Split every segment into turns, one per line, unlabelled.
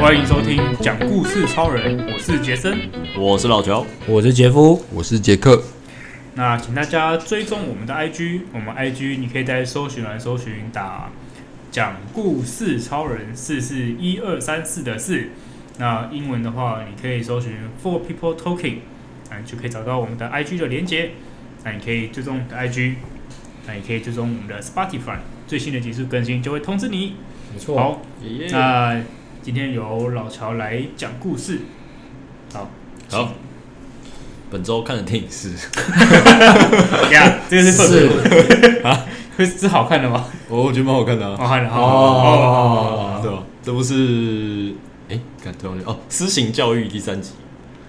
欢迎收听《讲故事超人》，我是杰森。
我是老乔，
我是杰夫，
我是杰克，
那请大家追踪我们的 IG，我们 IG 你可以在搜寻栏搜寻打“讲故事超人四”，是一二三四的四。那英文的话，你可以搜寻 “For People Talking”，那你就可以找到我们的 IG 的连接。那你可以追踪我们的 IG，那也可以追踪我们的 Spotify，最新的集数更新就会通知你。
没错
好，
嗯
那今天由老乔来讲故事。好，
好。本周看的电影是，
等一下这个是
是
特别会是好看的吗？
我觉得蛮好看的啊。
好看的，好好好。
对吧？这不是，哎，看突然间哦，《私刑教育》第三集，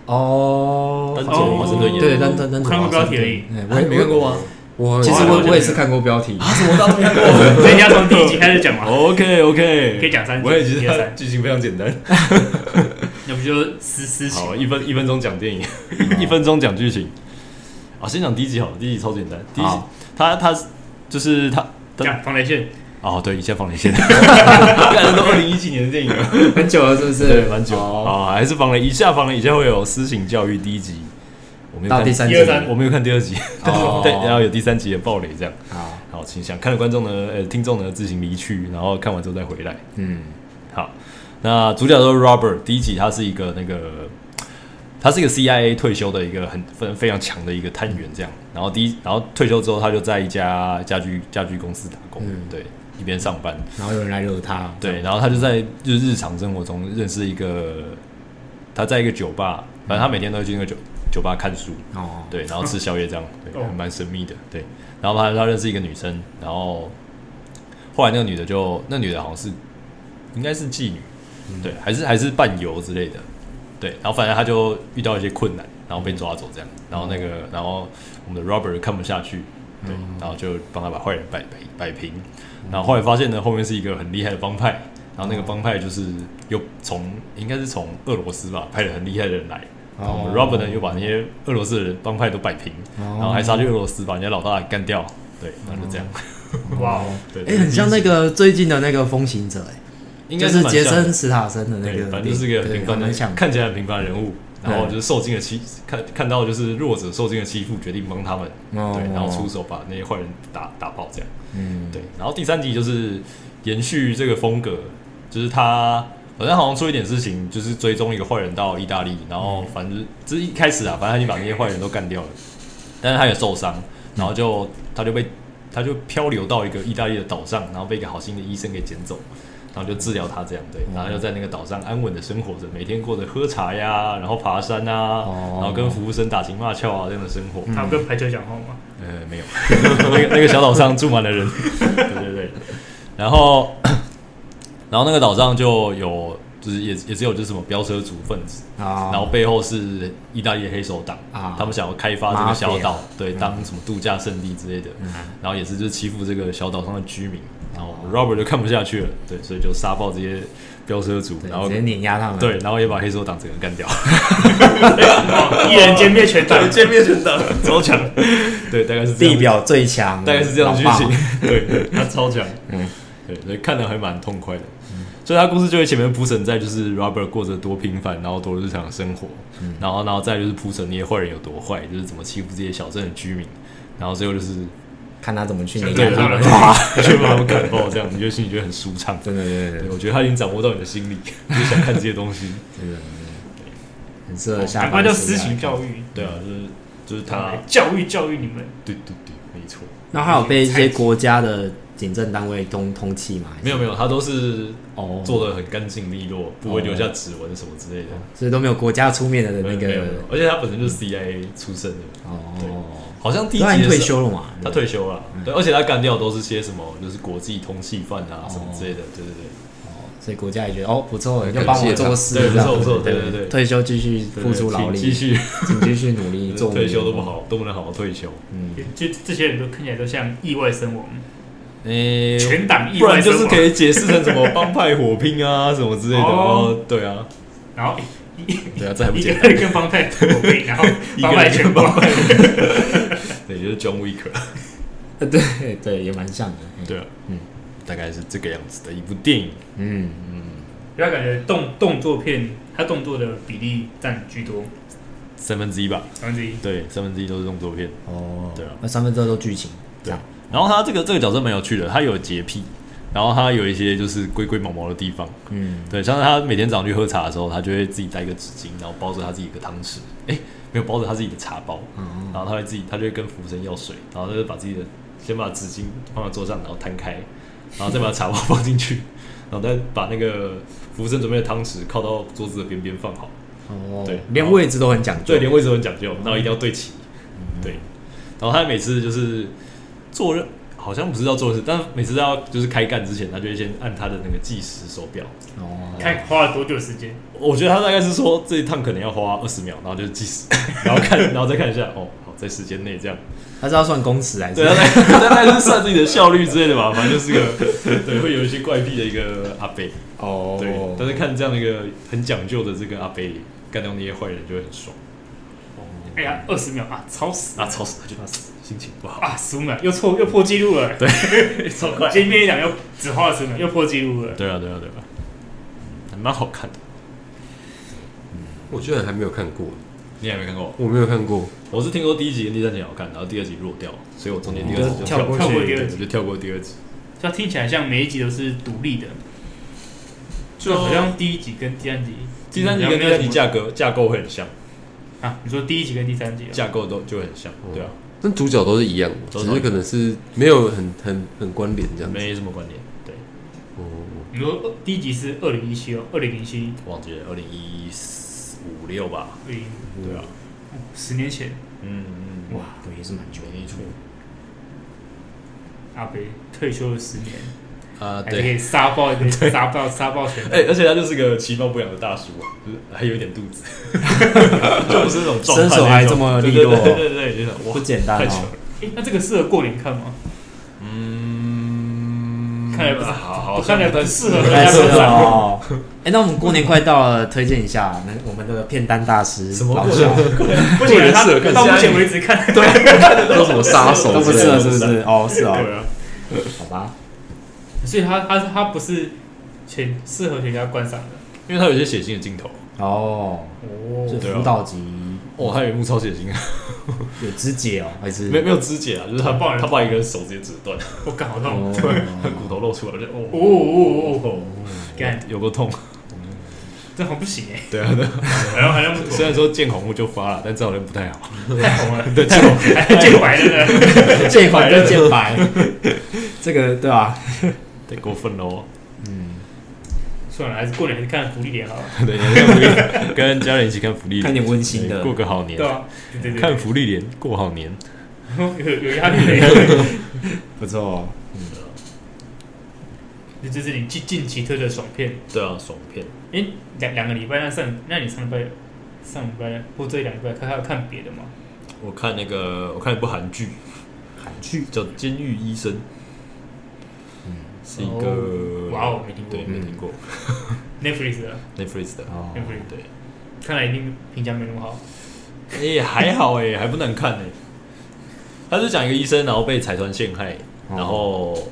哦，
丹
好
泽
哦
华盛顿演的。
对，丹丹丹
看过标题而已
哎
啊你没看过吗？
我
其
其
实
实
我
我我也是看过标题，
啊什么？当然没看过。
所以你要从第一集开始讲嘛，
OK OK，
啊可以讲三集
我也觉
一
得
二
它
三
剧情非常简单。
要不就私私情
好，一分一分钟讲 电影，一分钟讲剧情。啊，先讲第一集好了，第一集超简单。第一集
好，
他他就是他，他
讲防雷线，
哦，对，你先放雷 线，看都二零一几年的电影了。
很久了是不是？
对，蛮久
哦
啊，还是防雷以下防雷以下会有《私刑教育》第一集，我没有
到
看
第三集
一二三
我没有看第二集，但是
哦
对，然后有第三集的暴雷这样。
好，
好，请想看的观众呢，呃，听众呢自行离去，然后看完之后再回来。
嗯，
好，那主角都是 Robert，第一集他是一个那个，他是一个 CIA 退休的一个很非非常强的一个探员这样。然后第一，然后退休之后他就在一家家居家居公司打工，
嗯
对，一边上班。
然后有人来惹他，
对，然后他就在就是日常生活中认识一个，他在一个酒吧，反正他每天都会去那个酒酒吧看书，
哦，
对，然后吃宵夜这样，对
哦，
蛮神秘的，对。然后他他认识一个女生，然后后来那个女的就那女的好像是应该是妓女，对，还是还是伴游之类的，对。然后反正他就遇到一些困难，然后被抓走这样，然后那个然后我们的 Robert 看不下去，对，
嗯
然后就帮他把坏人摆摆摆平。然后后来发现呢，后面是一个很厉害的帮派，然后
哦
那个帮派就是又从应该是从俄罗斯吧派了很厉害的人来，然后我们
哦
Robert 呢又把那些俄罗斯的人帮派都摆平，然后还杀
哦
去俄罗斯把人家老大给干掉，对，然后就这样。
哇哦，
对，
哎，很像那个最近的那个风行者，哎，
应
就
该
是
蛮
杰
像的
森·史塔森的那
对，
个，
反正就是一个很
对
平凡
很像
的，看起来很平凡的人物，然后就是受尽了欺，看看到就是弱者受尽了欺负，决定帮他们，
哦
对，然后出手把那些坏人打打爆这样，
嗯，
对，然后第三集就是延续这个风格，就是他反正好像出一点事情，就是追踪一个坏人到意大利，然
嗯
后反正就是一开始啊，反正他已经把那些坏人都干掉了，但是他也受伤，然后
嗯
就他就被他就漂流到一个意大利的岛上，然后被一个好心的医生给捡走，然后就治疗他这样对，
嗯
然后就在那个岛上安稳的生活着，每天过着喝茶呀，然后爬山啊，
哦嗯
然后跟服务生打情骂俏啊这样的生活。
他有跟排球讲话吗？
呃，没有， 那个那个小岛上住满了 人，对对对，然后 然后那个岛上就有就是也也只有就是什么飙车族分子，
啊，
然后背后是意大利的黑手党
啊
他们想要开发这个小
马
岛
匪啊，
对，当什么度假胜地之类的，
嗯
然后也是就是欺负这个小岛上的居民，然后
啊
Robert 就看不下去了，对，所以就杀爆这些飙车族，
对
然后
直接碾压他们，
对，，然后也把黑手党整个干 掉。
哦一人歼灭全党，
歼灭全党，超强！ 对，大概是这样
地表最强，
嗯大概是这样的剧
老爸
情， 对，他超强，嗯，对，所以看的还蛮痛快的。所以他故事就会前面铺陈在就是 Robert 过着多平凡，然后多日常的生活，然后然后再就是铺陈那些坏人有多坏，就是怎么欺负这些小镇的居民，然后最后 就是
看他怎么去
想
碾
对
压
对
他
他们
们，就把他们感爆，这样你就心里觉得很舒畅。
真的，对对
对，
对，
我觉得他已经掌握到你的 心理，你就想看这些东西。
很适
哦
合下
难怪
班的
叫
时
私
间
情
来看。
教育，
对啊，就是就是他，
教育教育你们，
对对对，没错。
然后还有被一些国家的警政单位通通气嘛？还是
没有没有，他都是
哦
做的很干净利落，不会留下指纹什么之类的。
所以都没有国家出面的那
没有没有没有
个
而且他本身就是 CIA 出身的，
哦，
好像第一集
都
的时候
已经退，休了嘛？
他退休了，对，而且他干掉都是些什么，就是国际通缉犯啊什么之类的，对对对，
所以国家也觉得哦不错，
感谢
又帮我做事，
对
这样
不错不错对对对
退休继续
对
付出劳力，
请继续
请继续努力做。嗯
退休都不，好，都不能好好退休，
就这些人都看起来都像意外身亡，
诶
全党意
不
外
然就
身
是
亡
可，以解释成什么帮派火拼 啊什么之类的，
哦
哦，对啊，
然后一
对啊，这还 不
一
简
个
单，
人跟帮派合并，然后
一个
帮派
人
全
跟
爆
帮，派，对，就是 John Wick，
呃 对对，也蛮像的。嗯
对啊，
嗯，
大概是这个样子的一部电影。
嗯，
因为他感觉动动作片，他动作的比例占居多，
三分之一吧，
三分之一。
对，三分之一都是动作片。
哦，
对啊
那三分之二都剧情，这
对啊
样，
然后他这个这个角色蛮有趣的，他有洁癖，然后他有一些就是龟龟毛毛的地方。
嗯，
对，像是他每天早上去喝茶的时候，他就会自己带一个纸巾，然后包着他自己的汤匙，哎，没有包着他自己的茶包，
哦，
然后他会自己，他就会跟服务生要水，然后他就把自己的先把纸巾放在桌上，然后摊开，然后再把茶包放进去，然后再把那个服务生准备的汤匙靠到桌子的边边放好。
哦，
对
连位置都很讲究
对，，连位置都很讲究，然后一定要对齐。对，然后他每次就是做任，好像不是要做事，但每次要就是开干之前，他就会先按他的那个计时手表。
哦，
看花了多久时间？
我觉得他大概是说这一趟可能要花二十秒，然后就是计时， 然后看，然后再看一下，哦，好，在时间内这样。
他是要算工时还是
对，？ 他在他大概是算自己的效率之类的 吧，反正就是个对，会有一些怪癖的一个阿贝。
哦，
对，但是看这样的一个很讲究的这个阿贝干掉那些坏人就会很爽嗯
哎呀，二十秒啊，超死
啊，吵死他就他死，心情不好。
啊，十五秒又错又破纪录了。对，
超快
前面一讲又只花了十
嗯
秒，又破纪录了。
对啊，对啊，对啊，还蛮好看的。
我居然还没有看过，
你还没看过？
我没有看过。
我是听说第一集跟第三集好看，然后第二集弱掉，所以我中间第二集就
就跳过
跳过第
去
二
对，
集
我就哦跳过第二集。
所以它听起来像每一集都是独立的，就好像第一集跟第三集，
第三集跟第三集架格架构会很像，
啊，你说第一集跟第三集哦，
架构都就会很像，对啊，
但主角都是一样的，
都
只
是
是可能是没有很很很关联这样子。
没什么关联。对，
哦，
你说呃第一集是二零一七哦，二零零七，
忘记了二零一五六吧？
二零
对啊，
十年前，
嗯嗯，
哇，对，也是蛮久的，没错，
阿北退休了十年，
啊
还可
对，
以杀爆一个杀爆杀爆全
哎，而且他就是个其貌不扬的大叔，就是还有一点肚子，就不是那种壮汉
身手还这
那
么
种
利落
对对对对对，就是哇
不简单
太扯了
哦。
哎，那这个适合过年看吗？
嗯，
看来不是
好好，
看来不适合
不
大
太
家
适
收
合
藏。
哦。 哎，那我们过年快到了，推荐一下那我们的片单大师
什么
老
过
兄
年
不行，啊
适
他
合看
到目
现
前
在
为止看
都什么杀手
都不
之
适
类
合
的
是不是？哦，是哦，
啊，
好吧，
所以他他他不是全适合全家观赏的
因为他有一些血腥的镜头，
哦，是
哦
对啊
辅导级
哦，他有一幕超血腥啊，
有肢解哦，还是
没没有肢解啊，就是他
棒
把
人
他把一个人手直接折断，
我搞好痛，
哦
骨头露出来，我就哦
哦哦哦哦，干
有个痛，
这好不行 哎，
对啊，对啊
好像好像不
虽
妥，
然说见红就发了，但这好像不太好，
太红了，
对，见红
还见白了呢。
见白就 见白，这个对吧？
太过分了哦，
算了，还是过年还是看福利点好了。
对，看福利跟家人一起看福利
看
脸，
点温馨的
对，过个好年
对，啊，对对对，
看福利脸过好年，
有有压力没？
不错哦。
这就是你近近期推的爽片。
对啊，爽片，
诶，两两个礼拜，那上那你上礼拜上礼拜或这一两个礼拜看还有看别的吗？
我看那个我看一部韩剧，
韩剧嗯
叫《监狱医生》，是一个
哦哇哦没听过
对，没听过
Netflix 的
Netflix 的，
哦，
Netflix，
对。
看来一定评价没那么好。
也、还好哎、还不难看哎、他是讲一个医生，然后被财团陷害，
哦
然后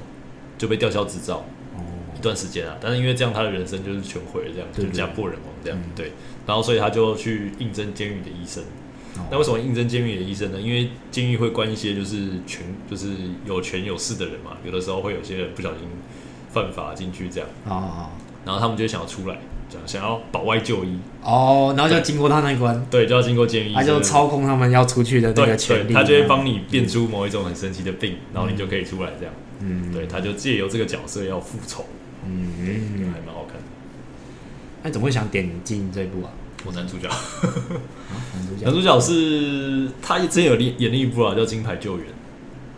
就被吊销执照
哦
一段时间啊。但是因为这样，他的人生就是全毁了，这样就
对嗯
是家破人亡这样。对，然后所以他就去应征监狱的医生。
哦
那为什么应征监狱的医生呢？因为监狱会关一些就是权就是有权有势的人嘛，有的时候会有些人不小心犯法进去这样，
哦
然后他们就想要出来，想想要保外就医，
哦哦，然后就经过他那一关，
对，就要经过监狱医
他
生
就
的
操控他们要出去的那
嗯对
个权
对，
利，
他就会帮你变出某一种很神奇的病，然后你就可以出来这样。
嗯
对，他就借由这个角色要复仇，
嗯，
还蛮好看的。
那你怎么会想点进这一部啊？
我男主角，
男主角
男主角是他之前有演演了一部啊，叫《金牌救援》，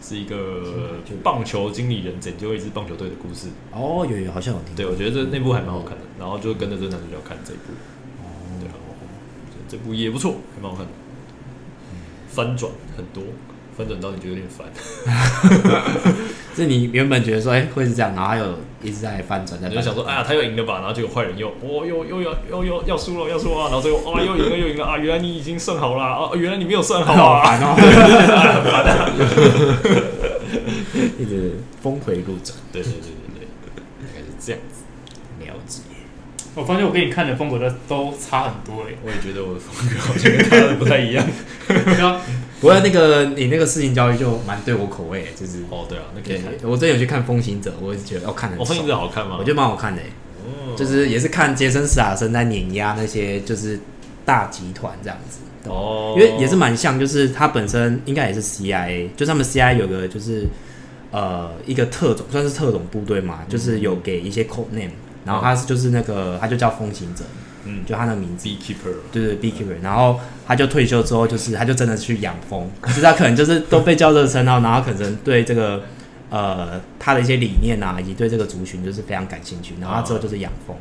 是一个
金牌救援
棒球经理人拯救一支棒球队的故事。
哦，有有好像有听
对，
过，
我觉得这那部还蛮好看的，然后就跟着这男主角看这一部，
哦
对啊，这部也不错，还蛮好看的，翻转很多，翻转到你觉得有点烦。
是你原本觉得说哎会是这样，然后他有一直在翻转在
你就
翻转，
想说，哎呀，他又赢了吧？然后结果坏人又，哦，又又要又又要输了，要输了，然后最后，哦，又赢了，又赢了啊！原来啊哦 你已经算好了，哦，原来你没有算好
好
啊！
烦哦，一直峰回路转，
对对对对对，大概是这样子。
了解。
我发现我跟你看的风格都都差很多 哎、
我也觉得我的风格好像跟他的不太一样。
对啊，
不过那个你那个事情教育就蛮对我口味，就是
哦，对啊，那可以
对
看。
我最近有去看《风行者》，我也是觉得哦看得
我
很
风
爽
影，者好看吗？
我觉得蛮好看的，就是也是看杰森·斯坦森在碾压那些就是大集团这样子。
哦，
因为也是蛮像，就是他本身应该也是 CIA，就是他们 CIA 有个就是呃一个特种，算是特种部队嘛，
嗯
就是有给一些 code name，然后他是就是那个他就叫风行者，
嗯
就他的名字，
beekeeper
对对 beekeeper，然后他就退休之后，就是他就真的去养蜂，就是他可能就是都被叫这个称号，然后可能对这个呃他的一些理念啊，以及对这个族群就是非常感兴趣，然后他之后就是养蜂，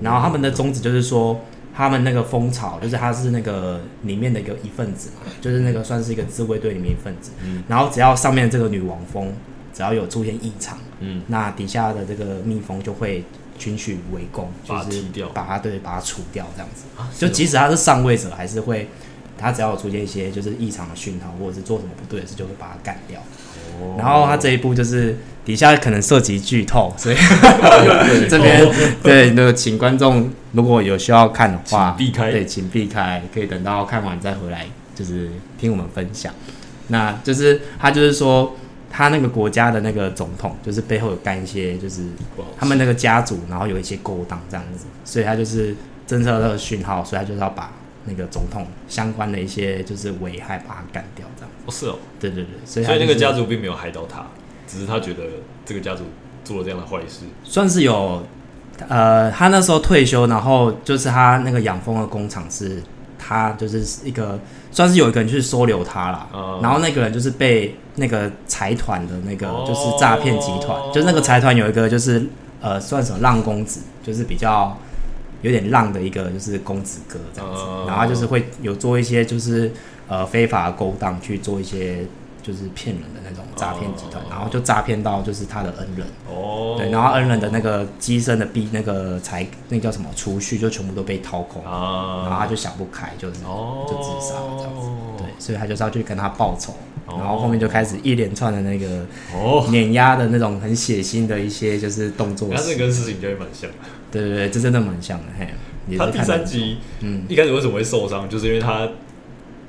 然后他们的宗旨就是说。他们那个蜂巢，就是他是那个里面的一个一份子嘛，就是那个算是一个自卫队里面一份子。
嗯
然后只要上面这个女王蜂只要有出现异常，
嗯，
那底下的这个蜜蜂就会群起围攻，就
把它
是
踢掉
把它对把它除掉这样子。
啊
就即
实
使他是上位者，还是会他只要有出现一些就是异常的讯号，或者是做什么不对的事，就会把他干掉。
哦
然后他这一步就是底下可能涉及剧透，所以这
哦
边
哦
对那个请观众如果有需要看的话，
请避开
对，请避开，可以等到看完再回来，就是听我们分享。那就是他就是说。他那个国家的那个总统，就是背后有干一些，就是
不好吃
他们那个家族，然后有一些勾当这样子，所以他就是侦测到的讯号，所以他就是要把那个总统相关的一些就是危害把它干掉这样。
哦是哦，
对对对，所以他
所以那个
就是
家族并没有害到他，只是他觉得这个家族做了这样的坏事。
算是有，呃，他那时候退休，然后就是他那个养蜂的工厂是他就是一个算是有一个人去收留他啦，
哦
然后那个人就是被那个财团的那个
哦
就是诈骗集团，就是那个财团有一个就是呃算什么浪公子，就是比较有点浪的一个就是公子哥这样子，
哦
然后他就是会有做一些就是呃非法的勾当去做一些。就是骗人的那种诈骗集团
哦
然后就诈骗到就是他的恩人，
哦，
对，然后恩人的那个机身的币那个财那叫什么储蓄就全部都被掏空，然后
啊，
他就想不开，就是、
哦
就自杀了这样子。对，所以他就是要去跟他报仇，
哦
然后后面就开始一连串的那个
哦，
碾压的那种很血腥的一些就是动作
他这
戏。
跟事情就会蛮像的。
对对对，这真的蛮像的。嘿，也
他
是
第
看得
三集
嗯
一开始为什么会受伤，就是因为他，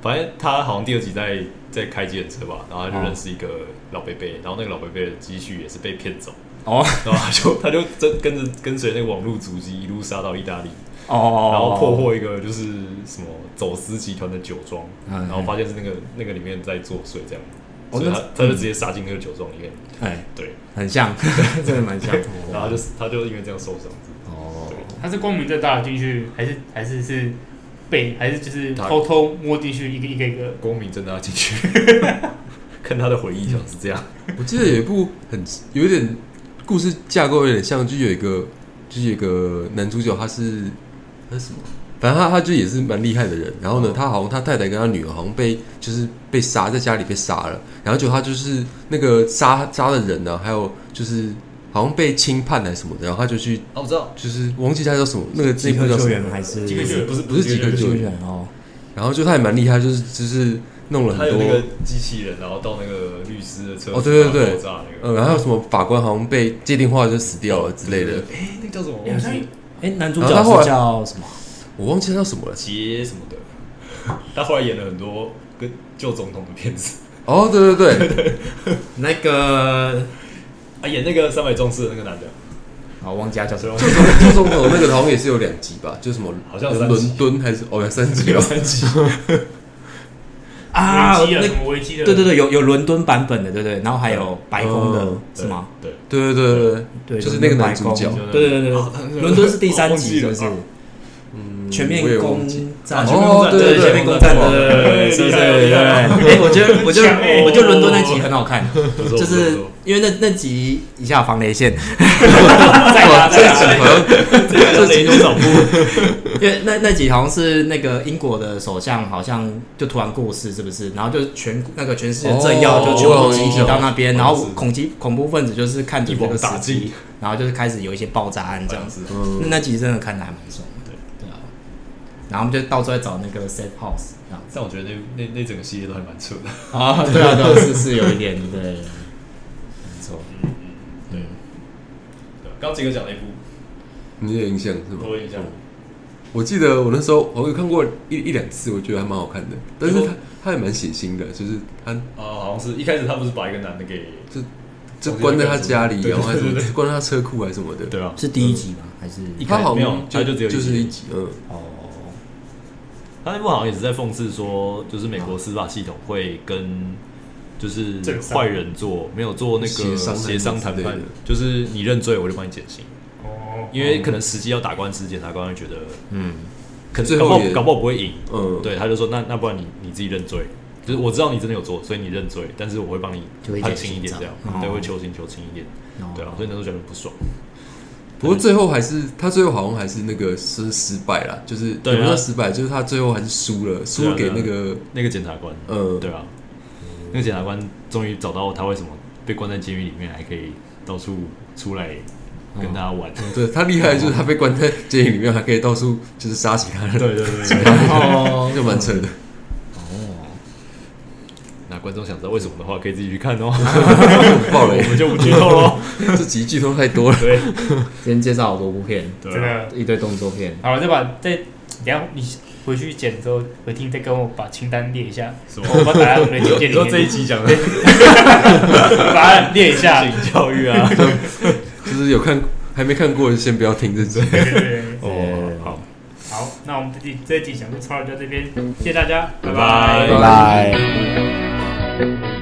反正他好像第二集在在开机车吧，然后他就认识一个老伯伯，然后那个老伯伯的积蓄也是被骗走，
哦
然后他就他就跟跟着跟随那个网络足迹一路杀到意大利，
哦，
然后破获一个就是什么走私集团的酒庄，
嗯
然后发现是那个那个里面在作祟这样，
哦
所以
那
他他就直接杀进那个酒庄里面，
哎，
对，
很像，真的蛮像。
然后他就他就因为这样受伤，
哦，
他是光明正大的进去，还是还是是被还是就是
他
偷偷摸进去一个一个一个？
光明正大进去， 看他的回忆好像是 这样。
我记得有一部很有点故事架构有点像，就有一个就是有一个男主角，他是他是什么？反正他他就也是蛮厉害的人。然
哦
后呢，他好像他太太跟他女儿好像被就是被杀，在家里被杀了。然后就他就是那个杀杀的人呢、啊还有就是好像被轻判还是什么的。然后他就去
哦，我知道，
就是忘记他叫什么那个那
几
部
个
叫
球
什
员
么。
还是
几个球员
不是
不是几个
几
球
个
员
球员哦，
然后就他也蛮厉害，就是就是弄了
他
很
有
多
那个机器人，然后到那个律师的车
哦对对对
然后爆炸那个，
呃，然后还有什么法官好像被接电话就死掉了之类的，
哎，那个叫什么？
哎好像
哎，男主
然后他哦后
角
来
是叫什么？
我忘记他叫什么了。
杰什么的。他后来演了很多跟旧总统的片子，
哦，对对对，
那个
啊，演那个三百壮士的那个男的，
好，忘记他叫什
所以
么
我。
就总就总统那个好像也是有两集吧，就什么
好像有三集
伦敦还是哦有三集
有
哦，
三集，
啊，
危机啊，
那
什么危机的？
对对对，有有伦敦版本的，对不对？然后还有白宫的
嗯，
是吗？
对？
对对对对对，
对，
就是那个男主角
伦敦白宫对对对
哦他那
对，
个
伦敦是第三
我忘记
集，是
了
不是
啊？
嗯
全
我
面
也
攻
忘记
占，
哦对
对
对对
全面攻占，
我
对
忘记
对
了
对对，是不是？对对对。哎，我觉得我觉
很强哎
得我觉得伦敦那集很好看，
不错
就是
不错
因为那那集以下有防雷线，
再
哇
打
这
再
集
打，
好 像
不错这雷多少部？
因为那那集好像是那个英国的首相好像就突然过世，是不是？然后就是全那个全世界政要
哦
就全部集体到那边，
我
然
好像
后
是
恐击恐怖分子就是看准这
一
个
网打
时机
尽，
然后就是开始有一些爆炸案这样子。
嗯
那那集真的看的还蛮爽的，
对
对啊。然后我们就到处在找那个 safe house 这样子。
但我觉得那那那整个系列都还蛮扯的。
啊，对啊，对啊，是是有一点对。
超，
嗯嗯，对。对刚杰哥讲那一部，
你有印象是吗？
我有印象。
我记得我那时候我有看过一一两次，我觉得还蛮好看的，但是
有
它它还蛮血腥的，就是它
哦，好像是一开始他不是把一个男的给，
就关在他家里，
对
然后还是
对对
关在他车库还是什么的。
对啊，
是第一集吗？还是
一开
他
始
好
没有
像，
他就只有
就
一
是
集
一集，嗯，
哦，
他那部好像也是在讽刺说，就是美国司法系统会跟就是
政商
坏人做没有做那
协商
个
谈判
协商谈
之类
判
的，
就是你认罪我就帮你减刑，
哦，
因为可能实际要打官司，检察官会觉得
嗯，
可
最
能
后
搞不好
也
搞不好不会赢，
嗯，
对，他就说那那不然你你自己认罪，就是我知道你真的有做，所以你认罪，但是我会帮你
就会
判
减
轻一
刑
点
这
这样
样，
对，
哦
会求刑求轻一点，
哦
对啊，所以那时候觉得很不爽，
不过最后还是他最后好像还是那个是失败了，就是也不
对啊
是说失败，就是他最后还是输了，
对
输
啊对
给
啊
那个
那个检察官，
呃，
对啊，那个检察官终于找到他为什么被关在监狱里面，还可以到处出来跟大家玩。
对他厉害的就是他被关在监狱里面，还可以到处就是杀其他人，
对对对对，
哦，
就蛮扯的。
那观众想知道为什么的话，可以自己去看哦，
爆
我
雷，
们就不剧透喽。
这集剧透太多 了。
对
今天介绍好多部片，
真
对啊，
的。
一堆动作片，
好，我再把再等一下你回去剪之后，回听再跟我把清单列一下，
什么
我把打在我的
你
简介 里
说这一
面，
集讲的性
把它列一 下。
教育啊，
就是有看还没看过，先不要听这集。
对对对，
哦，好，
好，那我们这集这集想跟超人就到这边，谢谢大家，拜
拜
拜
拜拜。